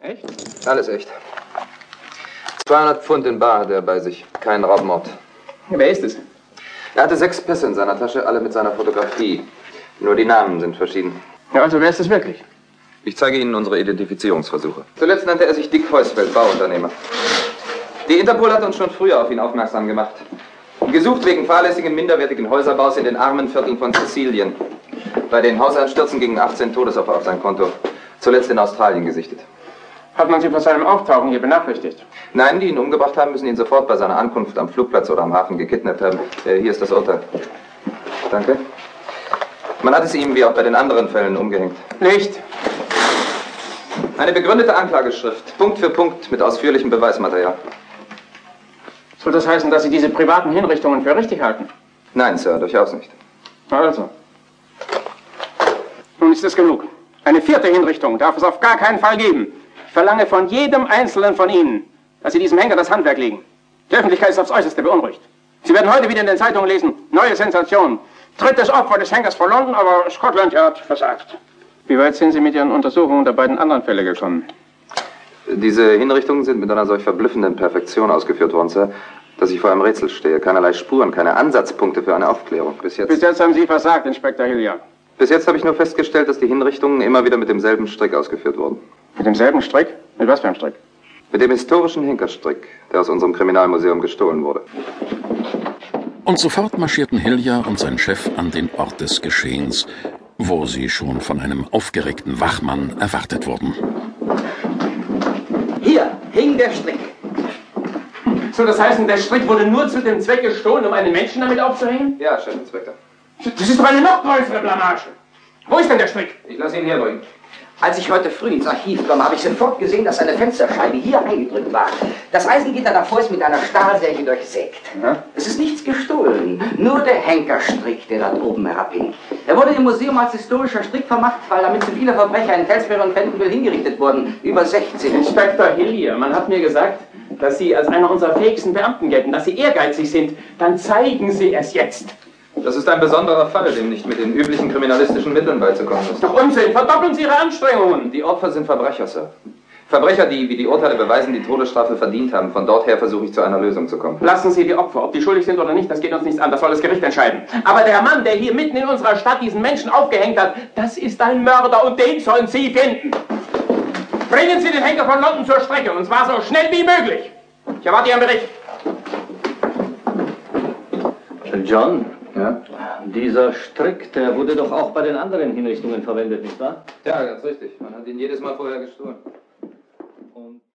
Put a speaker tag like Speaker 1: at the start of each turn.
Speaker 1: Echt?
Speaker 2: Alles echt. 200 Pfund in Bar hat er bei sich. Kein Raubmord.
Speaker 1: Wer ist es?
Speaker 2: Er hatte sechs Pässe in seiner Tasche, alle mit seiner Fotografie. Nur die Namen sind verschieden.
Speaker 1: Ja, also wer ist es wirklich?
Speaker 2: Ich zeige Ihnen unsere Identifizierungsversuche. Zuletzt nannte er sich Dick Heusfeld, Bauunternehmer. Die Interpol hat uns schon früher auf ihn aufmerksam gemacht. Gesucht wegen fahrlässigen, minderwertigen Häuserbaus in den armen Vierteln von Sizilien. Bei den Hausanstürzen gingen 18 Todesopfer auf sein Konto. Zuletzt in Australien gesichtet.
Speaker 1: Hat man Sie von seinem Auftauchen hier benachrichtigt?
Speaker 2: Nein, die ihn umgebracht haben, müssen ihn sofort bei seiner Ankunft am Flugplatz oder am Hafen gekidnappt haben. Äh, hier ist das Urteil. Danke. Man hat es ihm wie auch bei den anderen Fällen umgehängt.
Speaker 1: Nicht.
Speaker 2: Eine begründete Anklageschrift, Punkt für Punkt mit ausführlichem Beweismaterial.
Speaker 1: Soll das heißen, dass Sie diese privaten Hinrichtungen für richtig halten?
Speaker 2: Nein, Sir, durchaus nicht.
Speaker 1: Also. Nun ist es genug. Eine vierte Hinrichtung darf es auf gar keinen Fall geben. Ich verlange von jedem Einzelnen von Ihnen, dass Sie diesem Henker das Handwerk legen. Die Öffentlichkeit ist aufs Äußerste beunruhigt. Sie werden heute wieder in den Zeitungen lesen, neue Sensation. Drittes Opfer des Henkers von London, aber Scotland Yard versagt. Wie weit sind Sie mit Ihren Untersuchungen der beiden anderen Fälle gekommen?
Speaker 2: Diese Hinrichtungen sind mit einer solch verblüffenden Perfektion ausgeführt worden, Sir, dass ich vor einem Rätsel stehe. Keinerlei Spuren, keine Ansatzpunkte für eine Aufklärung. Bis jetzt.
Speaker 1: Bis jetzt haben Sie versagt, Inspektor Hilliard.
Speaker 2: Bis jetzt habe ich nur festgestellt, dass die Hinrichtungen immer wieder mit demselben Strick ausgeführt wurden.
Speaker 1: Mit demselben Strick? Mit was für einem Strick?
Speaker 2: Mit dem historischen Hinkerstrick, der aus unserem Kriminalmuseum gestohlen wurde.
Speaker 3: Und sofort marschierten Hilja und sein Chef an den Ort des Geschehens, wo sie schon von einem aufgeregten Wachmann erwartet wurden.
Speaker 4: Hier hing der Strick.
Speaker 1: Soll das heißen, der Strick wurde nur zu dem Zweck gestohlen, um einen Menschen damit aufzuhängen?
Speaker 2: Ja, Chef Inspektor.
Speaker 1: Das ist doch eine noch größere Blamage. Wo ist denn der Strick?
Speaker 2: Ich lasse ihn herbringen.
Speaker 4: Als ich heute früh ins Archiv kam, habe ich sofort gesehen, dass eine Fensterscheibe hier eingedrückt war. Das Eisengitter davor ist mit einer Stahlsäge durchsägt.
Speaker 1: Ja.
Speaker 4: Es ist nichts gestohlen, nur der Henkerstrick, der da oben herabhing. Er wurde im Museum als historischer Strick vermacht, weil damit zu viele Verbrecher in Salisbury und Pentonville hingerichtet wurden. Über 60.
Speaker 1: Inspektor Hillier, man hat mir gesagt, dass Sie als einer unserer fähigsten Beamten gelten, dass Sie ehrgeizig sind. Dann zeigen Sie es jetzt.
Speaker 2: Das ist ein besonderer Fall, dem nicht mit den üblichen kriminalistischen Mitteln beizukommen ist.
Speaker 1: Doch Unsinn, verdoppeln Sie Ihre Anstrengungen.
Speaker 2: Die Opfer sind Verbrecher, Sir. Verbrecher, die, wie die Urteile beweisen, die Todesstrafe verdient haben. Von dort her versuche ich zu einer Lösung zu kommen.
Speaker 1: Lassen Sie die Opfer, ob die schuldig sind oder nicht, das geht uns nichts an, das soll das Gericht entscheiden. Aber der Mann, der hier mitten in unserer Stadt diesen Menschen aufgehängt hat, das ist ein Mörder und den sollen Sie finden. Bringen Sie den Henker von London zur Strecke und zwar so schnell wie möglich. Ich erwarte Ihren Bericht.
Speaker 5: John,
Speaker 2: Ja?
Speaker 5: dieser Strick, der wurde doch auch bei den anderen Hinrichtungen verwendet, nicht wahr?
Speaker 2: Ja, ganz richtig. Man hat ihn jedes Mal vorher gestohlen.
Speaker 5: Und